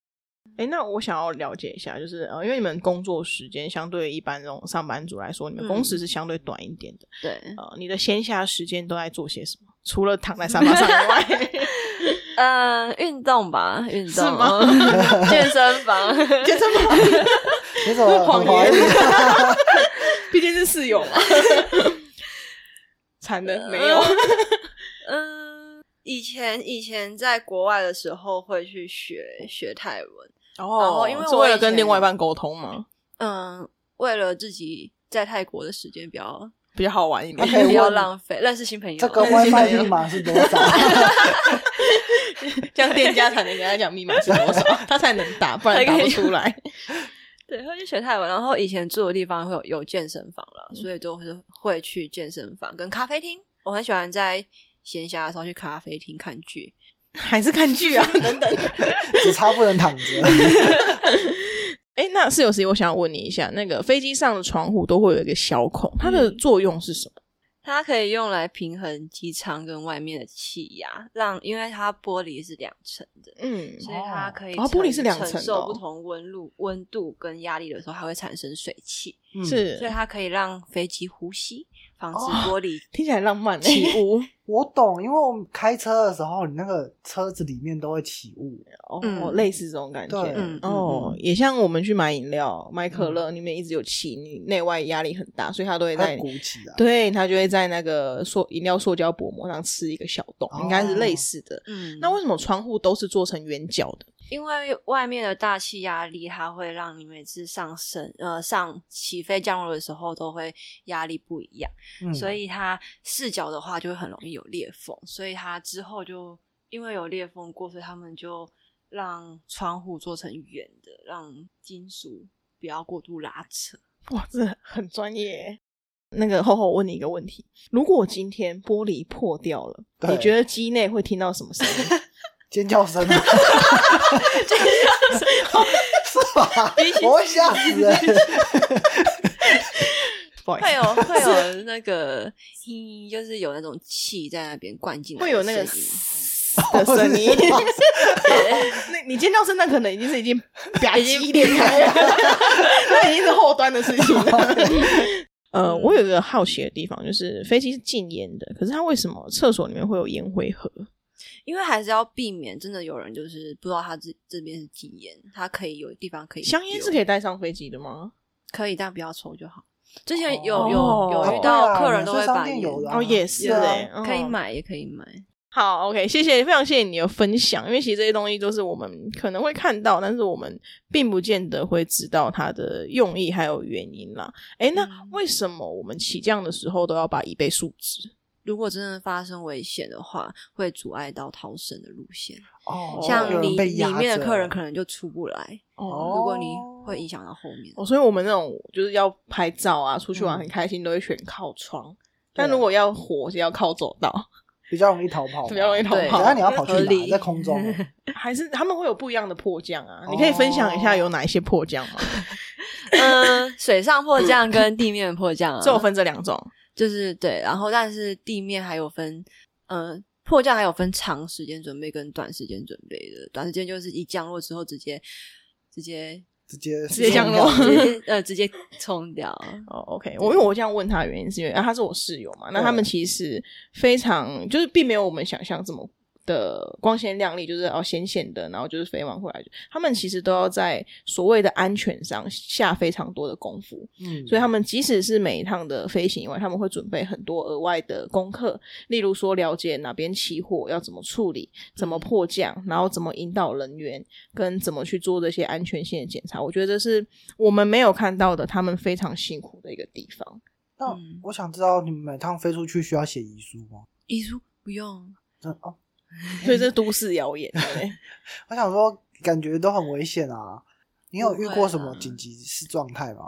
Speaker 1: 哎，那我想要了解一下，就是呃，因为你们工作时间相对一般这种上班族来说，你们工
Speaker 3: 嗯
Speaker 1: 时是相对短一点的，
Speaker 3: 对，
Speaker 1: 呃，你的闲暇时间都在做些什么？除了躺在沙发上以外，
Speaker 3: 嗯，运动吧，运动
Speaker 1: 是吗？
Speaker 3: 健身房，
Speaker 1: 健身房。
Speaker 2: 你 怎
Speaker 3: 哦
Speaker 2: 么
Speaker 1: 谎
Speaker 2: 很怀
Speaker 1: 言
Speaker 2: 疑？
Speaker 3: 啊
Speaker 1: 毕竟是室友嘛。惨的没有，
Speaker 3: 嗯，以前以前在国外的时候会去学学泰文，
Speaker 1: 然
Speaker 3: 后呃哦因为
Speaker 1: 哦是
Speaker 3: 我
Speaker 1: 为了
Speaker 3: 以
Speaker 1: 跟
Speaker 3: 前
Speaker 1: 另外一半沟通嘛，
Speaker 3: 嗯，为了自己在泰国的时间比较
Speaker 1: 比较好玩一点
Speaker 2: 他。 可以
Speaker 3: 不要
Speaker 2: 问
Speaker 3: 浪费，认识新朋友，
Speaker 2: 这个
Speaker 1: 我
Speaker 2: WiFi 密码是多少？
Speaker 1: 这样店家才能跟他讲密码是多少，他才能打，不然打不出 来。
Speaker 3: 对，会去学泰文。然后以前住的地方会有有健身房了，
Speaker 1: 嗯
Speaker 3: 所以都是会去健身房跟咖啡厅。我很喜欢在闲暇的时候去咖啡厅看剧。
Speaker 1: 还是看剧 啊，等等。
Speaker 2: 只差不能躺着。
Speaker 1: 哎，那室友室友，我想要问你一下，那个飞机上的窗户都会有一个小孔，它的
Speaker 2: 嗯
Speaker 1: 作用是什么？
Speaker 3: 它可以用来平衡机舱跟外面的气压，让因为它玻璃是两层的，
Speaker 1: 嗯，
Speaker 3: 所以它可以
Speaker 1: 哦玻璃是两层的
Speaker 3: 承
Speaker 1: 哦
Speaker 3: 受不同温度、温度跟压力的时候，它会产生水汽，
Speaker 2: 嗯
Speaker 1: 是
Speaker 3: 所以它可以让飞机呼吸，防止
Speaker 1: 哦
Speaker 3: 玻璃
Speaker 1: 听起来浪漫
Speaker 3: 起
Speaker 1: 欸。
Speaker 3: 雾。
Speaker 2: 我懂，因为我们开车的时候，你那个车子里面都会起雾。
Speaker 1: 哦，
Speaker 3: 嗯
Speaker 1: 类似这种感觉
Speaker 2: 对
Speaker 3: 嗯。
Speaker 1: 哦
Speaker 2: 嗯，
Speaker 1: 也像我们去买饮料、买可乐，里面一直有气，你内外压力很大，所以它都会
Speaker 2: 它
Speaker 1: 在
Speaker 2: 鼓起
Speaker 3: 啊
Speaker 2: 来。
Speaker 1: 对，它就会在那个塑饮料塑胶薄膜上吃一个小洞，
Speaker 2: 哦
Speaker 1: 应该是类似的。
Speaker 3: 嗯
Speaker 1: 那为什么窗户都是做成圆角的？
Speaker 3: 因为外面的大气压力，它会让你每次上升呃上起飞降落的时候都会压力不一样，
Speaker 2: 嗯，
Speaker 3: 所以它视角的话就会很容易有裂缝，所以它之后就因为有裂缝过，所以他们就让窗户做成圆的，让金属不要过度拉 扯。
Speaker 1: 哇，这很专业耶。那个厚厚，我问你一个问题：如果今天玻璃破掉了，
Speaker 2: 对
Speaker 1: 你觉得机内会听到什么声音？
Speaker 2: 尖叫声，啊尖叫声 是吧？我会吓死欸人。
Speaker 1: 不好意思
Speaker 3: 会有会有那个，就是有那种气在那边灌进来
Speaker 1: 会
Speaker 3: 的
Speaker 1: 有
Speaker 3: 声音，
Speaker 1: 那个嘶，的声音。 你你今天到圣诞可能已经是已经吧唧裂开了，那已经是后端的事情了。 呃，我有一个好奇的地方，就是飞机是禁烟的，可是它为什么厕所里面会有烟灰盒？
Speaker 3: 因为还是要避免真的有人就是不知道他这这边是禁烟，他可以有地方可以
Speaker 1: 香烟
Speaker 3: 丢
Speaker 1: 是可以带上飞机的吗？
Speaker 3: 可以，但不要抽就好。之前有
Speaker 1: 哦
Speaker 3: 有有遇
Speaker 2: 啊
Speaker 3: 到客人都会把
Speaker 2: 免税商店
Speaker 3: 烟
Speaker 2: 有的啊
Speaker 1: 哦，也是
Speaker 2: 对啊
Speaker 1: 哎、欸，
Speaker 3: 可以
Speaker 1: 嗯
Speaker 3: 买也可以买，
Speaker 1: 好，OK，谢谢，非常谢谢你的分享，因为其实这些东西都是我们可能会看到，但是我们并不见得会知道它的用意还有原因啦。诶，那
Speaker 3: 嗯
Speaker 1: 为什么我们起降的时候都要把椅背竖直？
Speaker 3: 如果真的发生危险的话，会阻碍到逃生的路线，
Speaker 2: 哦，有
Speaker 3: 像
Speaker 2: 人
Speaker 3: 里
Speaker 2: 被压
Speaker 3: 里面的
Speaker 2: 着
Speaker 3: 客人可能就出不来。
Speaker 2: 哦
Speaker 3: 如果你会影响到后面，
Speaker 1: 哦，所以我们那种就是要拍照啊，出去玩
Speaker 2: 嗯啊
Speaker 1: 很开心，都会选靠窗。但如果要活，是要靠走道，
Speaker 2: 比较容易逃跑嘛，
Speaker 1: 比较容易逃
Speaker 3: 对
Speaker 1: 跑。
Speaker 2: 然后你要跑去
Speaker 3: 合
Speaker 2: 哪？
Speaker 3: 理
Speaker 2: 在空 中哦，
Speaker 1: 还是他们会有不一样的迫降啊？你可以分享一
Speaker 2: 哦
Speaker 1: 下有哪一些迫降 吗？
Speaker 3: 嗯，水上迫降跟地面迫降啊，
Speaker 1: 只有分这两种。
Speaker 3: 就是对，然后但是地面还有分，呃，迫降还有分长时间准备跟短时间准备的。短时间就是一降落之后直接直接
Speaker 2: 直接
Speaker 1: 直接降落
Speaker 3: 直接 呃直接冲掉。
Speaker 1: 哦，OK，我因为嗯我这样问他的原因是因为啊，他是我室友嘛，那他们其实非常就是并没有我们想象这么的光鲜亮丽，就是哦显显的，然后就是飞完回来，他们其实都要在所谓的安全上下非常多的功夫，
Speaker 2: 嗯，
Speaker 1: 所以他们即使是每一趟的飞行以外，他们会准备很多额外的功课，例如说了解哪边起火要怎么处理，怎么迫降，然后怎么引导人员，跟怎么去做这些安全性的检查。我觉得这是我们没有看到的，他们非常辛苦的一个地 方。
Speaker 2: 那
Speaker 3: 嗯
Speaker 2: 我想知道你们每趟飞出去需要写遗书吗？
Speaker 3: 遗书不用，
Speaker 2: 真哦，
Speaker 1: 所以这是都市谣言，对 不对
Speaker 2: 我想说，感觉都很危险啊。你有遇过什
Speaker 3: 不
Speaker 2: 么
Speaker 3: 会啦
Speaker 2: 紧急是状态吗？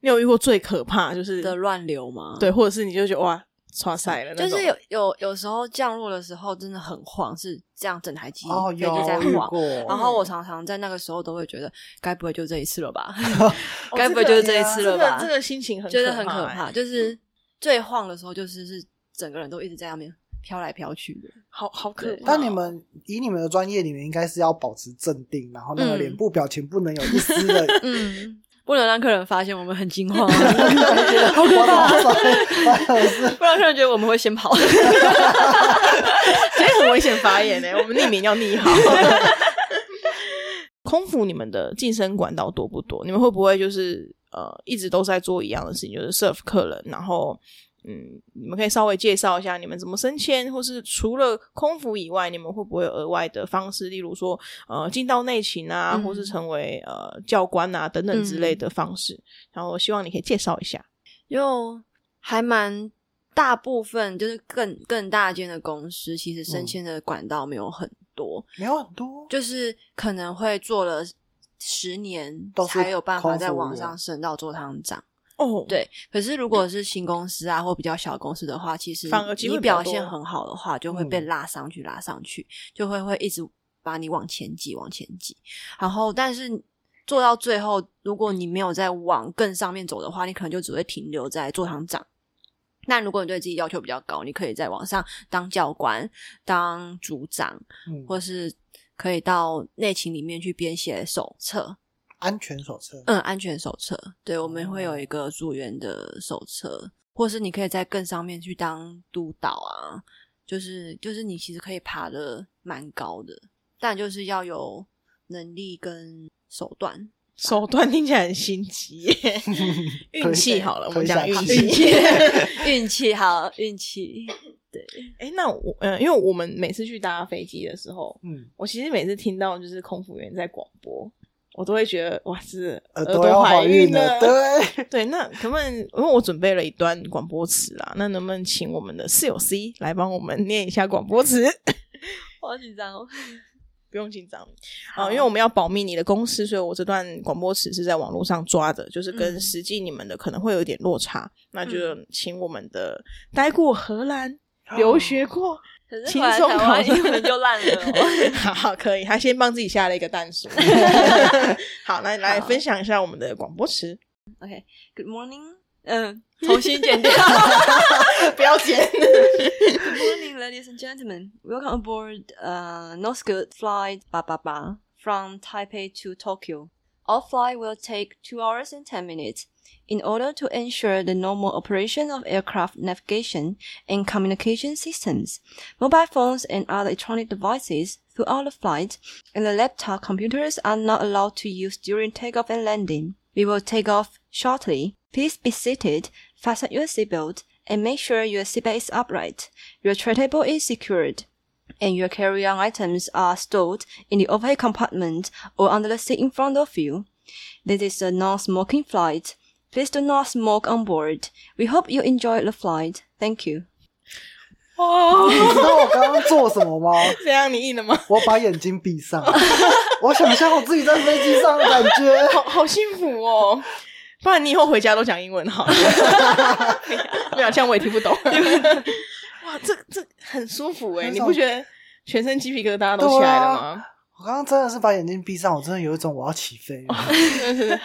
Speaker 1: 你有遇过最可怕就是
Speaker 3: 的乱流吗？
Speaker 1: 对，或者是你就觉得哇，刷塞了那
Speaker 3: 就
Speaker 1: 种，
Speaker 3: 是有有有时候降落的时候真的很晃，是这样整台机
Speaker 2: 哦，
Speaker 3: 飞
Speaker 2: 有
Speaker 3: 机在
Speaker 2: 遇
Speaker 3: 晃。
Speaker 2: 过，
Speaker 3: 然后我常常在那个时候都会觉得，该不会就这一次了吧？
Speaker 1: 哦
Speaker 3: 该不会
Speaker 1: 这
Speaker 3: 就
Speaker 1: 个
Speaker 3: 是这一次
Speaker 1: 这
Speaker 3: 了
Speaker 1: 个
Speaker 3: 吧？
Speaker 1: 这个心情很
Speaker 3: 觉得很
Speaker 1: 可
Speaker 3: 可
Speaker 1: 怕
Speaker 3: 怕，欸就是最晃的时候，就是是整个人都一直在那边飘来飘去的。
Speaker 1: 好好可怕。
Speaker 2: 但你们以你们的专业，你们应该是要保持镇定，然后那个
Speaker 3: 嗯。
Speaker 2: 脸部表情不能有一丝的
Speaker 3: 嗯， 不能让客人发现我们很惊慌，啊
Speaker 2: 好可啊怕！
Speaker 3: 不然客人觉得我们会先跑。
Speaker 1: 今天很危险发言呢、欸我们匿名要匿好。 空服你们的晋升管道多不多？你们会不会就是呃一直都在做一样的事情，就是 serve 客人，然后嗯，你们可以稍微介绍一下你们怎么升迁，或是除了空服以外，你们会不会有额外的方式，例如说呃进到内勤啊，
Speaker 3: 嗯
Speaker 1: 或是成为呃教官啊等等之类的方式？然后希望你可以介绍一下。
Speaker 3: 就还蛮大部分，就是更更大间的公司，其实升迁的管道没有很多，
Speaker 2: 没有很多，
Speaker 3: 就是可能会做了十年
Speaker 2: 都是
Speaker 3: 才有办法在
Speaker 2: 空服
Speaker 3: 往
Speaker 2: 员
Speaker 3: 上升到做堂长。
Speaker 1: 哦，
Speaker 3: 对，可是如果是新公司啊，或比较小公司的话，其实
Speaker 1: 反而机会
Speaker 3: 你
Speaker 1: 比较
Speaker 3: 表现
Speaker 1: 多
Speaker 3: 很好的话，就会被
Speaker 2: 嗯
Speaker 3: 拉上去，拉上去，就会会一直把你往前挤，往前挤。然后，但是做到最后，如果你没有再往更上面走的话，你可能就只会停留在做堂长。那如果你对自己要求比较高，你可以再往上当教官、当组长，
Speaker 2: 嗯，
Speaker 3: 或是可以到内勤里面去编写手册，
Speaker 2: 安全手册。
Speaker 3: 嗯，安全手册，对，我们
Speaker 1: 哦
Speaker 3: 会有一个组员的手册，或是你可以在更上面去当督导啊，就是就是你其实可以爬的蛮高的，但就是要有能力跟 手段。
Speaker 1: 手段听起来很心机耶， 运气好了，我们讲运
Speaker 2: 推
Speaker 1: 气
Speaker 2: 推。
Speaker 3: 运气好，运气
Speaker 1: 哎、那我嗯、呃因为我们每次去搭飞机的时候，
Speaker 2: 嗯，
Speaker 1: 我其实每次听到就是空服员在广播，我都会觉得哇，是
Speaker 2: 耳
Speaker 1: 耳
Speaker 2: 朵要
Speaker 1: 朵
Speaker 2: 怀
Speaker 1: 孕
Speaker 2: 了，对，
Speaker 1: 对，那可不能？因为我准备了一段广播词啦，那能不能请我们的室友 C 来帮我们念一下广播词？
Speaker 3: 我好紧张哦。
Speaker 1: 不用紧张啊、呃因为我们要保密你的公司，所以我这段广播词是在网络上抓的，就是跟
Speaker 3: 嗯
Speaker 1: 实际你们的可能会有一点落差，那就请我们的待过荷兰、
Speaker 2: 哦
Speaker 1: 留学过。
Speaker 3: 可是
Speaker 1: 轻
Speaker 3: 回来
Speaker 1: 松啊
Speaker 3: 台
Speaker 1: 考
Speaker 3: 湾
Speaker 1: 上
Speaker 3: 英文就烂了 哦、
Speaker 1: 好好，可以，他先帮自己下了一个蛋 数。好，来来
Speaker 3: 好
Speaker 1: 分享一下我们的广播词。
Speaker 3: Good morning, 嗯，重新剪掉。
Speaker 1: 不要 剪。
Speaker 3: Good morning, ladies and gentlemen. Welcome aboard uh, Nosgood Flight 888 from Taipei to Tokyo. Our flight will take 2 hours and 10 minutes. In order to ensure the normal operation of aircraft navigation and communication systems, mobile phones and other electronic devices throughout the flight and the laptop computers are not allowed to use during takeoff and landing. We will take off shortly. Please be seated, fasten your seatbelt, and make sure your seatbelt is upright. Your tray table is secured, and your carry-on items are stored in the overhead compartment or under the seat in front of you. This is a non-smoking flight. Please do not smoke on board. We hope you enjoy the flight. Thank you.
Speaker 1: 哦，
Speaker 2: 你知道我刚刚做什么吗？
Speaker 1: 这样你硬了吗？
Speaker 2: 我把眼睛闭上，我想象我自己在飞机上的感 觉。
Speaker 1: 好好幸福哦。不然你以后回家都讲英文好了， 没有这样我也听不 懂。哇，这这很啊舒服哎、
Speaker 2: 很
Speaker 1: 你
Speaker 2: 爽
Speaker 1: 不觉得全身鸡皮疙瘩都起来了吗？
Speaker 2: 我刚刚真的是把眼睛闭上，我真的有一种我要起飞了。
Speaker 1: 真的是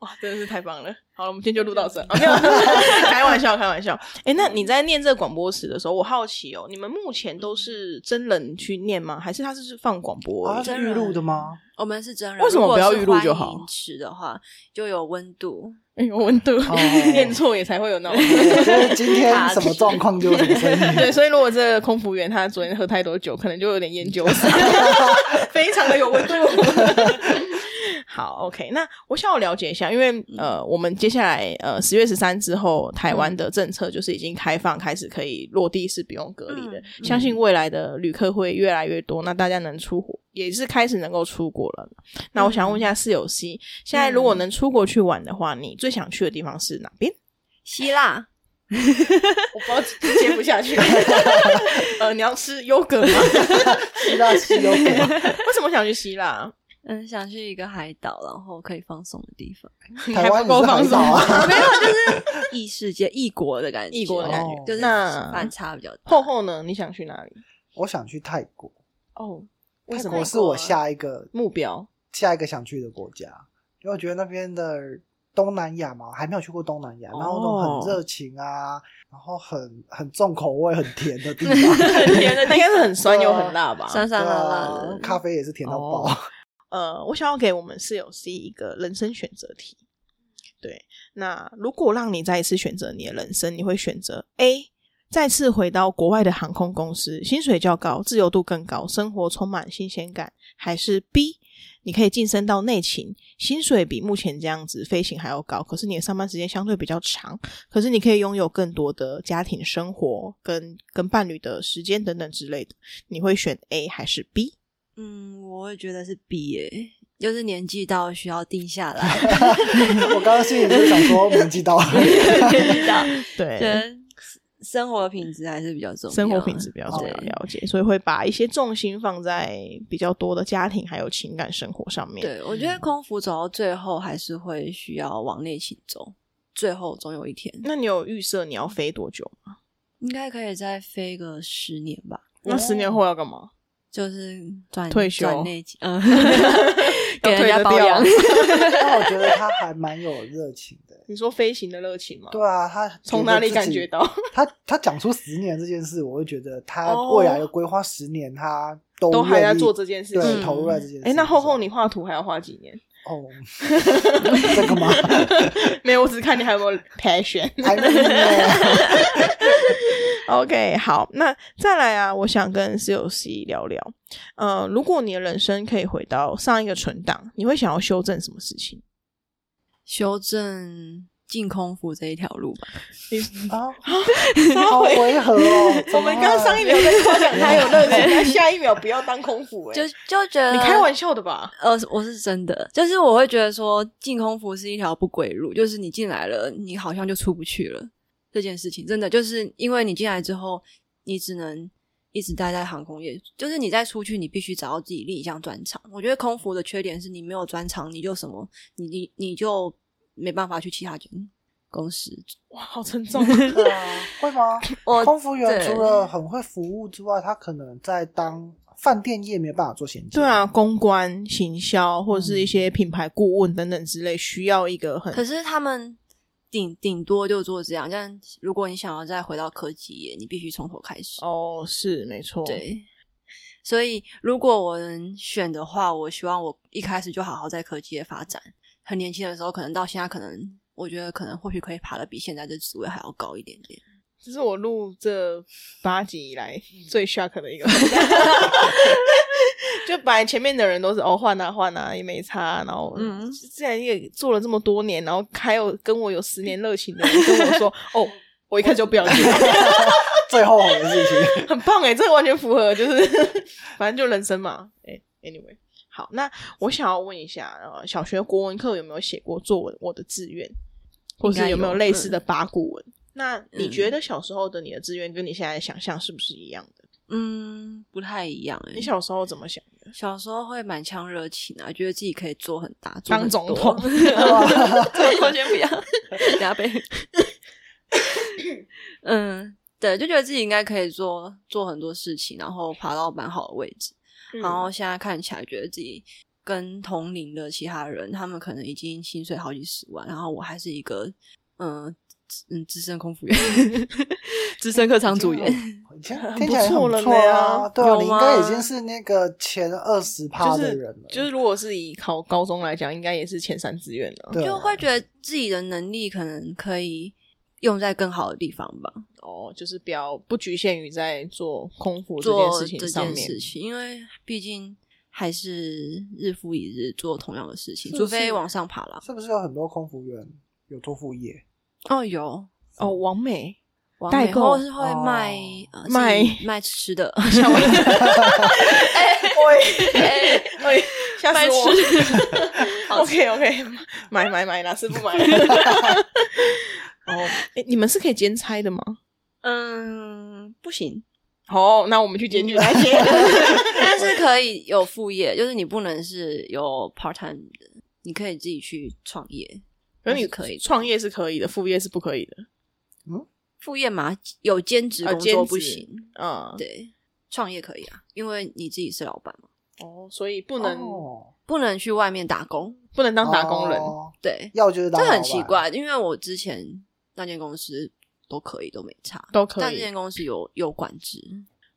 Speaker 1: 哇，真的是太棒了！好了，我们今天就录到这。
Speaker 2: 嗯
Speaker 1: 啊、没有，开玩笑，开玩笑。哎、那你在念这个广播词的时候，我好奇哦，你们目前都是真人去念吗？还是他是放广播而
Speaker 2: 啊，
Speaker 1: 已？
Speaker 2: 是预录的吗？
Speaker 3: 我们是真人，
Speaker 1: 为什么不要预录就好
Speaker 3: 如果是欢迎吃的话就有温度，
Speaker 1: 哎、有温度，
Speaker 2: 哦
Speaker 1: 念错也才会有那 种。
Speaker 2: 对就是今天什么状况就有什么声 音。
Speaker 1: 对，所以如果这个空服员他昨天喝太多酒，可能就有点烟酒 嗓，非常的有温度。好，OK，那我想要了解一下，因为
Speaker 3: 嗯
Speaker 1: 呃，我们接下来呃十月十三之后，台
Speaker 3: 嗯
Speaker 1: 湾的政策就是已经开放，开始可以落地是不用隔离的。
Speaker 3: 嗯嗯
Speaker 1: 相信未来的旅客会越来越多，那大家能出国也是开始能够出国了。那我
Speaker 3: 嗯
Speaker 1: 想问一下室友 C，现在如果能出国去玩的话，你最想去的地方是哪边？
Speaker 3: 希腊。
Speaker 1: 我不知道接不下去。 呃，你要吃优格吗？
Speaker 2: 希腊西有给吗
Speaker 1: 为什么想去希腊？
Speaker 3: 嗯，想去一个海岛，然后可以放松的地方，
Speaker 1: 你
Speaker 2: 台
Speaker 1: 还
Speaker 2: 湾
Speaker 1: 不
Speaker 2: 也是
Speaker 1: 够放
Speaker 2: 很
Speaker 1: 松
Speaker 2: 少啊。
Speaker 3: 啊、没 有，就是异世界、异国的感觉，
Speaker 1: 异国的感
Speaker 2: 觉
Speaker 3: 就是
Speaker 1: 那
Speaker 3: 反差比较大。
Speaker 1: 厚厚呢？你想去哪里？
Speaker 2: 我想去泰国，
Speaker 1: 哦，为
Speaker 2: 泰
Speaker 1: 什
Speaker 2: 国
Speaker 1: 么啊
Speaker 2: 是 我下一个
Speaker 1: 目标？
Speaker 2: 下一个想去的国家，因为我觉得那边的东南亚嘛，还没有去过东南亚，
Speaker 1: 哦
Speaker 2: 然后那种很热情啊，然后很很重口味、很甜 的地方，
Speaker 1: 甜的，应该是很酸又很辣吧？
Speaker 3: 酸
Speaker 2: 对
Speaker 3: 酸辣辣
Speaker 2: 啊
Speaker 3: 的，，
Speaker 2: 咖啡也是甜到爆。
Speaker 1: 哦呃，我想要给我们室友 C 一个人生选择题。对，那如果让你再一次选择你的人生，你会选择 A，再次回到国外的航空公司，薪水较高，自由度更高，生活充满新鲜感，还是 B，你可以晋升到内勤，薪水比目前这样子飞行还要高，可是你的上班时间相对比较长，可是你可以拥有更多的家庭生活跟跟伴侣的时间等等之类的，你会选 A 还是 B？
Speaker 3: 嗯，我会觉得是 B 耶、就是年纪到需要定下来，
Speaker 2: 我刚刚心里就想说，年纪到了，
Speaker 3: 年纪到，
Speaker 1: 对
Speaker 3: 觉得生活品质还是比较重要，
Speaker 1: 生活品质比较重要，
Speaker 3: 对
Speaker 1: 了解，所以会把一些重心放在比较多的家庭还有情感生活上面。，
Speaker 3: 对，我觉得空腹走到最后还是会需要往内勤走，最后总有一天
Speaker 1: 那你有预设你要飞多久吗？
Speaker 3: 应该可以再飞个十年吧，
Speaker 1: 那十
Speaker 2: 哦
Speaker 1: 年后要干嘛？
Speaker 3: 就是转
Speaker 1: 退休，
Speaker 3: 转内勤，嗯给人家保
Speaker 1: 要
Speaker 3: 养
Speaker 1: 退。
Speaker 2: 但我觉得他还蛮有热情的。
Speaker 1: 你说飞行的热情吗？
Speaker 2: 对啊，他
Speaker 1: 从哪里
Speaker 2: 自己
Speaker 1: 感觉到？
Speaker 2: 他他讲出十年这件事，我会觉得他
Speaker 1: 哦
Speaker 2: 未来的规划十年，他都
Speaker 1: 都还在
Speaker 2: 愿意
Speaker 1: 做这件事情
Speaker 2: 对，投入在这件事情上。
Speaker 1: 哎，那厚厚你画图还要画几年？
Speaker 2: 哦，这个吗？
Speaker 1: 没有，我只是看你还有没有 passion。
Speaker 2: 还没呢。
Speaker 1: OK，好，那再来啊，我想跟室友 C 聊聊。呃，如果你的人生可以回到上一个存档，你会想要修正什么事情？
Speaker 3: 修正进空腹这一条路吧。
Speaker 1: 你
Speaker 2: 啊，
Speaker 1: 稍
Speaker 2: 好
Speaker 1: 微
Speaker 2: 违和哦。
Speaker 1: 我们刚上一秒在夸奖他有热 情，他下一秒不要当空腹、欸，
Speaker 3: 就就觉得
Speaker 1: 你开玩笑的吧？
Speaker 3: 呃，我是真的，就是我会觉得说进空服是一条不归路，就是你进来了，你好像就出不去了。这件事情真的就是因为你进来之后，你只能一直待在航空业，就是你再出去，你必须找到自己另一项专长。我觉得空服的缺点是你没有专长，你就什么，你你你就没办法去其他公司。
Speaker 1: 哇，好沉重、
Speaker 2: 对啊会吗？
Speaker 3: 我
Speaker 2: 空服员
Speaker 3: 对
Speaker 2: 除了很会服务之外，他可能在当饭店业没有办法做衔接。
Speaker 1: 对啊，，公关、
Speaker 3: 嗯
Speaker 1: 行销或者是一些品牌顾问等等之类，需要一个很
Speaker 3: 可是他们顶顶多就做这样。但如果你想要再回到科技业，你必须从头开始。
Speaker 1: 哦，是没错，，
Speaker 3: 对，所以如果我能选的话，我希望我一开始就好好在科技业发展。很年轻的时候，可能到现在，可能我觉得可能或许可以爬的比现在这职位还要高一点点。
Speaker 1: 这是我录这八集以来
Speaker 3: 嗯
Speaker 1: 最 shock 的一个。 就本来前面的人都是哦换啊换啊也没差，然后
Speaker 3: 嗯
Speaker 1: 既然也做了这么多年，然后还有跟我有十年热情的人跟我 说哦，我一看就不要进，
Speaker 2: 最后悔的事情。
Speaker 1: 很棒哎，这个完全符合，就是反正就人生嘛。哎，anyway，好，那我想要问一下，呃，小学国文课有没有写过作文？我的志愿，或
Speaker 3: 应
Speaker 1: 是
Speaker 3: 该
Speaker 1: 有没有
Speaker 3: 有
Speaker 1: 类似
Speaker 3: 嗯
Speaker 1: 的八股文？那你
Speaker 3: 嗯
Speaker 1: 觉得小时候的你的志愿跟你现在的想象是不是一样的？
Speaker 3: 嗯，不太一样、欸。
Speaker 1: 你小时候怎么想的？
Speaker 3: 小时候会满腔热情啊，觉得自己可以做很大，做
Speaker 1: 当
Speaker 3: 很
Speaker 1: 总
Speaker 3: 多
Speaker 1: 统
Speaker 3: 总统先不要， 等下被。 嗯，对，就觉得自己应该可以做做很多事情，然后爬到蛮好的位置。然后现在看起来，觉得自己跟同龄的其他人，他们可能已经薪水好几十万，然后我还是一个嗯资嗯资深空服员， 资深客舱组员。
Speaker 2: 以前听起来很不
Speaker 1: 很不错
Speaker 2: 错
Speaker 1: 了
Speaker 2: 啊，
Speaker 1: 呢
Speaker 2: 对啊，
Speaker 3: 有
Speaker 2: 你应
Speaker 3: 吗
Speaker 2: 该已经是那个前二十趴
Speaker 1: 就
Speaker 2: 的人
Speaker 1: 是
Speaker 2: 了，
Speaker 1: 就是，如果是以考高中来讲，应该也是前三志愿了。
Speaker 2: 对啊
Speaker 3: 就会觉得自己的能力可能可以用在更好的地方吧，
Speaker 1: 哦，就是比较不局限于在做空腹这件
Speaker 3: 做
Speaker 1: 事情
Speaker 3: 这
Speaker 1: 上
Speaker 3: 件
Speaker 1: 面。
Speaker 3: 事情，因为毕竟还是日复一日做同样的事情，
Speaker 1: 是
Speaker 3: 除非
Speaker 1: 是
Speaker 3: 往上爬了。
Speaker 2: 是不是有很多空服员有做 副业？
Speaker 3: 哦，有
Speaker 1: 哦，王美，
Speaker 3: 往
Speaker 1: 代
Speaker 3: 美
Speaker 1: 购
Speaker 3: 或是会
Speaker 2: 哦
Speaker 3: 卖、呃自己
Speaker 1: 卖
Speaker 3: 卖吃 的，哎
Speaker 1: 喂 喂，哎吓死我！OK OK，买买买，哪次不买？ 哦，哎，你们是可以兼差的吗？
Speaker 3: 嗯，不行，
Speaker 1: 好，那我们去检举他 先。
Speaker 3: 但是可以有副业，就是你不能是有 part time 的，你可以自己去创业。
Speaker 1: 可是
Speaker 3: 那
Speaker 1: 你
Speaker 3: 是可以的
Speaker 1: 创业是可以的，副业是不可以的。
Speaker 3: 副业嘛，有哦兼职哦
Speaker 1: 啊
Speaker 3: 工
Speaker 1: 兼
Speaker 3: 作不
Speaker 1: 职
Speaker 3: 行，
Speaker 1: 嗯，
Speaker 3: 对，创业可以啊，因为你自己是老板嘛，
Speaker 1: 哦，所以不能
Speaker 2: 哦
Speaker 3: 不能去外面打工。
Speaker 1: 不能当打工人。
Speaker 2: 哦
Speaker 3: 对，
Speaker 2: 要就是当
Speaker 3: 这
Speaker 2: 老
Speaker 3: 很
Speaker 2: 板
Speaker 3: 奇，怪，因为我之前那间公司都可以，都没差，
Speaker 1: 都可以
Speaker 3: 但这间公司有有管制，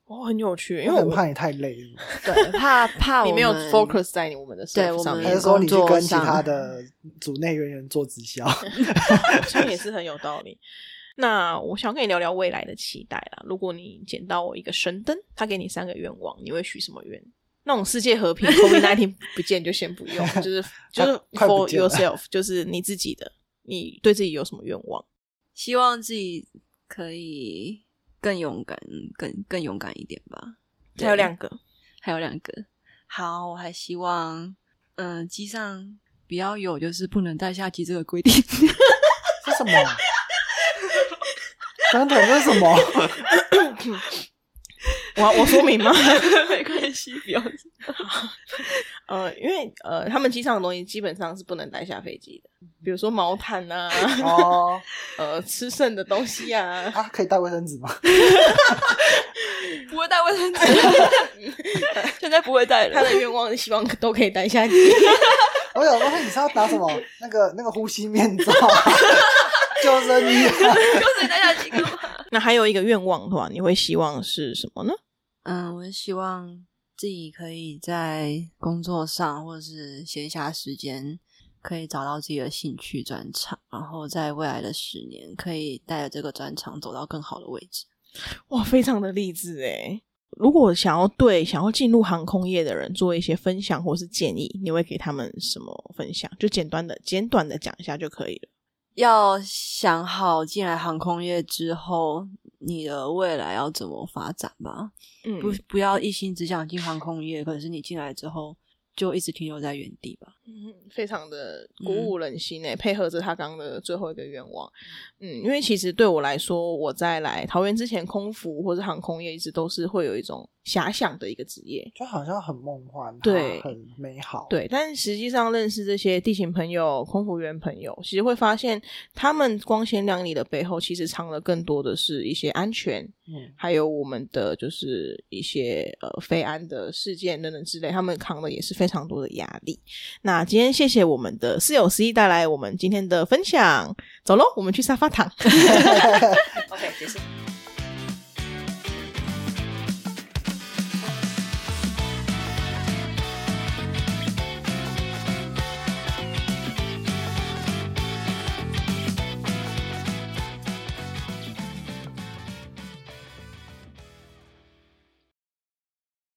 Speaker 1: 哦，很有趣，因
Speaker 2: 因
Speaker 1: 为
Speaker 2: 为
Speaker 1: 我
Speaker 2: 很怕你太累了，
Speaker 3: 对，怕怕
Speaker 1: 你
Speaker 3: 我
Speaker 1: 没有
Speaker 3: 们
Speaker 1: focus 在你我们的
Speaker 3: 对
Speaker 1: staff
Speaker 3: 我
Speaker 1: 上
Speaker 3: 们
Speaker 2: 还
Speaker 1: 面
Speaker 2: 是，说你去
Speaker 3: 工作
Speaker 2: 跟其
Speaker 3: 上
Speaker 2: 他的组内人员做直 销？
Speaker 1: 好像也是很有道理。那我想跟你聊聊未来的期待啦。如果你捡到我一个神灯，他给你三个愿望，你会许什么愿？那种世界和平 COVID 1 9不见就先不用，就是就是
Speaker 2: 快不
Speaker 1: for
Speaker 2: 见了
Speaker 1: yourself，就是你自己的，你对自己有什么愿望？
Speaker 3: 希望自己可以更勇敢，更更勇敢一点吧。对
Speaker 1: 还有两个，
Speaker 3: 还有两个，好，我还希望，嗯、机上不要有就是不能带下机这个规定。
Speaker 2: 是什么？ 等等，这是什 么？
Speaker 1: 我我说明 吗？
Speaker 3: 没关系，不要。
Speaker 1: 呃，因为呃，他们机上的东西基本上是不能带下飞机的，比如说毛毯啊，
Speaker 2: 哦，
Speaker 1: 呃，吃剩的东西啊，
Speaker 2: 啊，可以带卫生纸吗？
Speaker 3: 不会带卫生纸， 现在不会带
Speaker 1: 他
Speaker 3: 了。
Speaker 1: 的愿望是希望都可以带下机。
Speaker 2: 我想哎说，你是要打什么？那个那个呼吸面罩、 救生衣、
Speaker 3: 就是带下机干嘛？
Speaker 1: 那还有一个愿望的话，你会希望是什么呢？
Speaker 3: 嗯，我希望自己可以在工作上或者是闲暇时间，可以找到自己的兴趣专长，然后在未来的十年，可以带着这个专长走到更好的位置。
Speaker 1: 哇，非常的励志欸诶。如果想要对想要进入航空业的人做一些分享或是建议，你会给他们什么分享？就简单的、简短的讲一下就可以了。
Speaker 3: 要想好进来航空业之后，你的未来要怎么发展吧。
Speaker 1: 嗯
Speaker 3: 不，不要一心只想进航空业，可是你进来之后就一直停留在原地吧。
Speaker 1: 嗯，非常的鼓舞人心诶、欸配合着他刚刚的最后一个愿望，嗯，因为其实对我来说，我在来桃园之前，空服或是航空业一直都是会有一种遐想的一个职业。
Speaker 2: 就好像很梦幻，
Speaker 1: 对
Speaker 2: 很美好，，
Speaker 1: 对，但实际上认识这些地勤朋友、空服员朋友，其实会发现他们光鲜亮丽的背后，其实藏了更多的是一些安全，
Speaker 2: 嗯，
Speaker 1: 还有我们的就是一些呃非安的事件等等之类，他们扛的也是非常多的压力。那今天谢谢我们的室友十一带来我们今天的分享，走喽，我们去沙发躺。
Speaker 3: OK，结束。